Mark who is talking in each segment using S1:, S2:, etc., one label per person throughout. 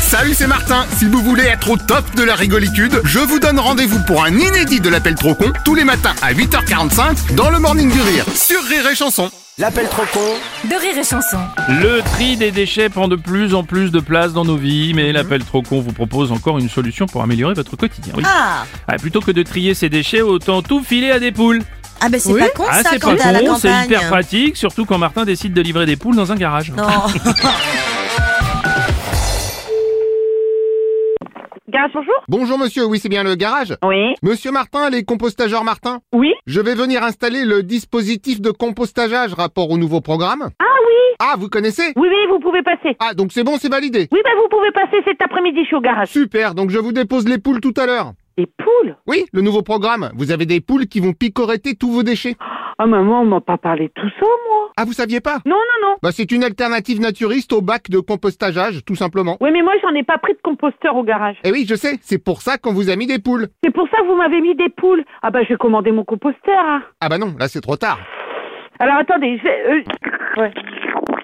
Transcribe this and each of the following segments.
S1: Salut, c'est Martin. Si vous voulez être au top de la rigolitude, je vous donne rendez-vous pour un inédit de l'appel trop con tous les matins à 8h45 dans le Morning du Rire sur Rire et Chanson.
S2: L'appel trop con
S3: de rire et chanson.
S4: Le tri des déchets prend de plus en plus de place dans nos vies,
S3: Mhm.
S4: mais l'appel trop con vous propose encore une solution pour améliorer votre quotidien. oui.
S3: Ah,
S4: Ah, plutôt que de trier ces déchets, autant tout filer à des poules.
S3: ah ben c'est
S5: Oui.
S3: pas con
S4: ah,
S3: ça
S4: c'est
S3: quand
S4: pas
S3: t'es à la
S4: con, c'est
S3: campagne.
S4: hyper pratique, surtout quand Martin décide de livrer des poules dans un garage.
S3: non.
S6: Garage, bonjour
S1: Bonjour monsieur, oui c'est bien le garage
S6: Oui.
S1: Monsieur Martin, les compostageurs Martin
S6: Oui
S1: Je vais venir installer le dispositif de compostageage rapport au nouveau programme.
S6: Ah oui
S1: Ah, vous connaissez
S6: Oui, oui, vous pouvez passer.
S1: Ah, donc c'est bon, c'est validé.
S6: Oui, bah vous pouvez passer cet après-midi, je suis au garage.
S1: Super, donc je vous dépose les poules tout à l'heure.
S6: Des poules
S1: Oui, le nouveau programme. Vous avez des poules qui vont picoretter tous vos déchets.
S6: Ah maman, on m'a pas parlé de tout ça, moi.
S1: Ah, vous saviez pas
S6: Non, non, non.
S1: Bah, c'est une alternative naturiste au bac de compostageage, tout simplement.
S6: Oui, mais moi, j'en ai pas pris de composteur au garage.
S1: Eh oui, je sais, c'est pour ça qu'on vous a mis des poules.
S6: C'est pour ça que vous m'avez mis des poules. Ah bah, j'ai commandé mon composteur, hein.
S1: Ah bah non, là c'est trop tard.
S6: Alors attendez, je vais... euh, ouais.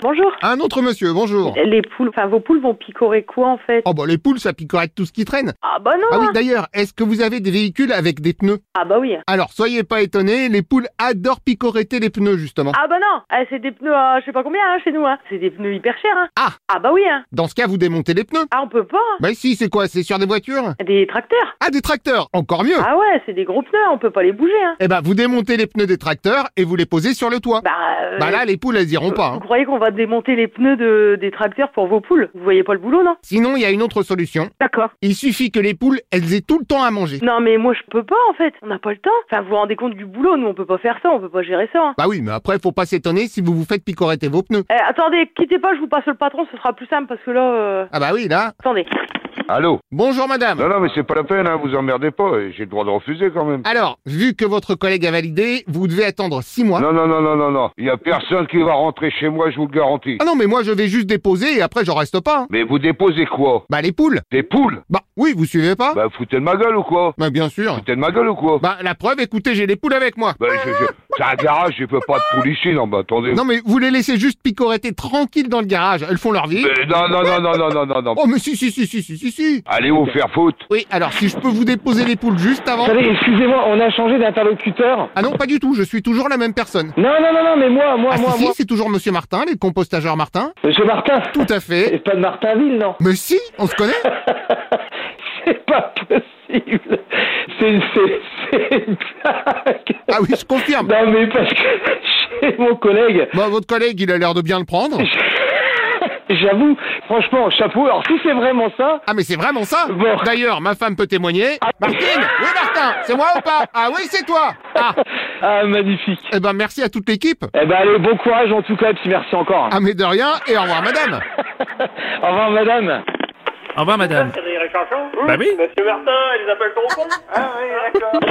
S6: Bonjour.
S1: Un autre monsieur, bonjour.
S6: Les poules, enfin, vos poules vont picorer quoi, en fait
S1: Oh bah les poules, ça picorette tout ce qui traîne.
S6: Ah bah non
S1: Ah oui,
S6: hein.
S1: d'ailleurs, est-ce que vous avez des véhicules avec des pneus
S6: Ah bah oui.
S1: Alors, soyez pas étonnés, les poules adorent picoretter les pneus,
S4: Oh.
S1: justement.
S6: Ah bah non Ah, C'est des pneus, à je sais pas combien, hein, chez nous, hein. C'est des pneus hyper chers, hein.
S1: Ah.
S6: Ah bah oui, hein.
S1: Dans ce cas, vous démontez les pneus.
S6: Ah, on peut pas, hein.
S1: Bah si, c'est quoi C'est sur des voitures
S4: Bah-
S6: Des tracteurs
S1: Ah, des tracteurs Encore mieux
S6: Ah ouais, c'est des gros pneus, on peut pas les bouger, hein.
S1: Eh bah, vous démontez les pneus des tracteurs et vous les posez sur le toit.
S6: Bah, euh,
S1: Bah là, les poules, elles iront pas. hein.
S6: Vous croyez qu'on va démonter les pneus de, des tracteurs pour vos poules Vous voyez pas le boulot, non
S1: Sinon, il y a une autre solution.
S6: D'accord.
S1: Il suffit que les poules, elles aient tout le temps à manger.
S6: Non, mais moi, je peux pas, en fait. On n'a pas le temps. Enfin, vous vous rendez compte du boulot Nous, on peut pas faire ça, on peut pas gérer ça. hein.
S1: Bah oui, mais après, faut pas s'étonner si vous vous faites picoretter vos pneus.
S6: Eh, attendez, quittez pas, je vous passe le patron, ce sera plus simple, parce que là... euh,
S1: Ah bah oui, là.
S6: Attendez.
S7: Allô
S1: Bonjour madame.
S7: Non, non, mais c'est pas la peine, hein, vous emmerdez pas, euh, j'ai le droit de refuser quand même.
S1: Alors, vu que votre collègue a validé, vous devez attendre six mois.
S7: Non, non, non, non, non, non, il y a personne qui va rentrer chez moi, je vous le garantis.
S1: Ah non, mais moi je vais juste déposer et après je reste pas. hein.
S7: Mais vous déposez quoi
S1: Bah les poules.
S7: Des poules
S1: Bah oui, vous suivez pas
S7: Bah foutez de ma gueule ou quoi
S1: Bah bien sûr.
S7: Foutez de ma gueule ou quoi
S1: Bah la preuve, écoutez, j'ai les poules avec moi.
S7: Bah je, je... c'est un garage, je peux pas de poules ici, non, bah attendez.
S1: Non mais vous les laissez juste picoretter tranquille dans le garage, elles font leur vie.
S7: Mais Euh, non, non, non, non, non, non, non, non.
S1: Oh mais si si si si si si si.
S7: Allez vous faire faute.
S1: Oui, alors si je peux vous déposer les poules juste avant.
S8: Attendez, excusez-moi, on a changé d'interlocuteur.
S1: Ah non, pas du tout, je suis toujours la même personne.
S8: Non, non, non, non, mais moi, moi,
S1: Ah si
S8: moi,
S1: si,
S8: moi.
S1: c'est toujours monsieur Martin, les compostageurs Martin.
S8: Monsieur Martin.
S1: Tout à fait.
S8: C'est pas de Martinville, non.
S1: Mais si, on se connaît
S8: C'est pas possible. C'est, c'est, c'est une blague.
S1: Ah oui, je confirme.
S8: Non, mais parce que chez mon collègue,
S1: Bah, votre collègue, il a l'air de bien le prendre.
S8: j'avoue, franchement, chapeau. Alors, si c'est vraiment ça,
S1: Ah, mais c'est vraiment ça
S8: Bon. Ah.
S1: D'ailleurs, ma femme peut témoigner. Martine Oui, Martin C'est moi ou pas Ah oui, c'est toi Ah
S8: ah, magnifique.
S1: Eh ben, merci à toute l'équipe.
S8: Eh ben, allez, bon courage en tout cas, puis merci encore.
S1: Ah, mais de rien, et au revoir, madame Ah.
S8: Au revoir, madame.
S4: Au revoir, madame.
S9: Rire et chanson
S4: Bah oui.
S9: Monsieur Martin, ils appellent ton con Ah oui, d'accord.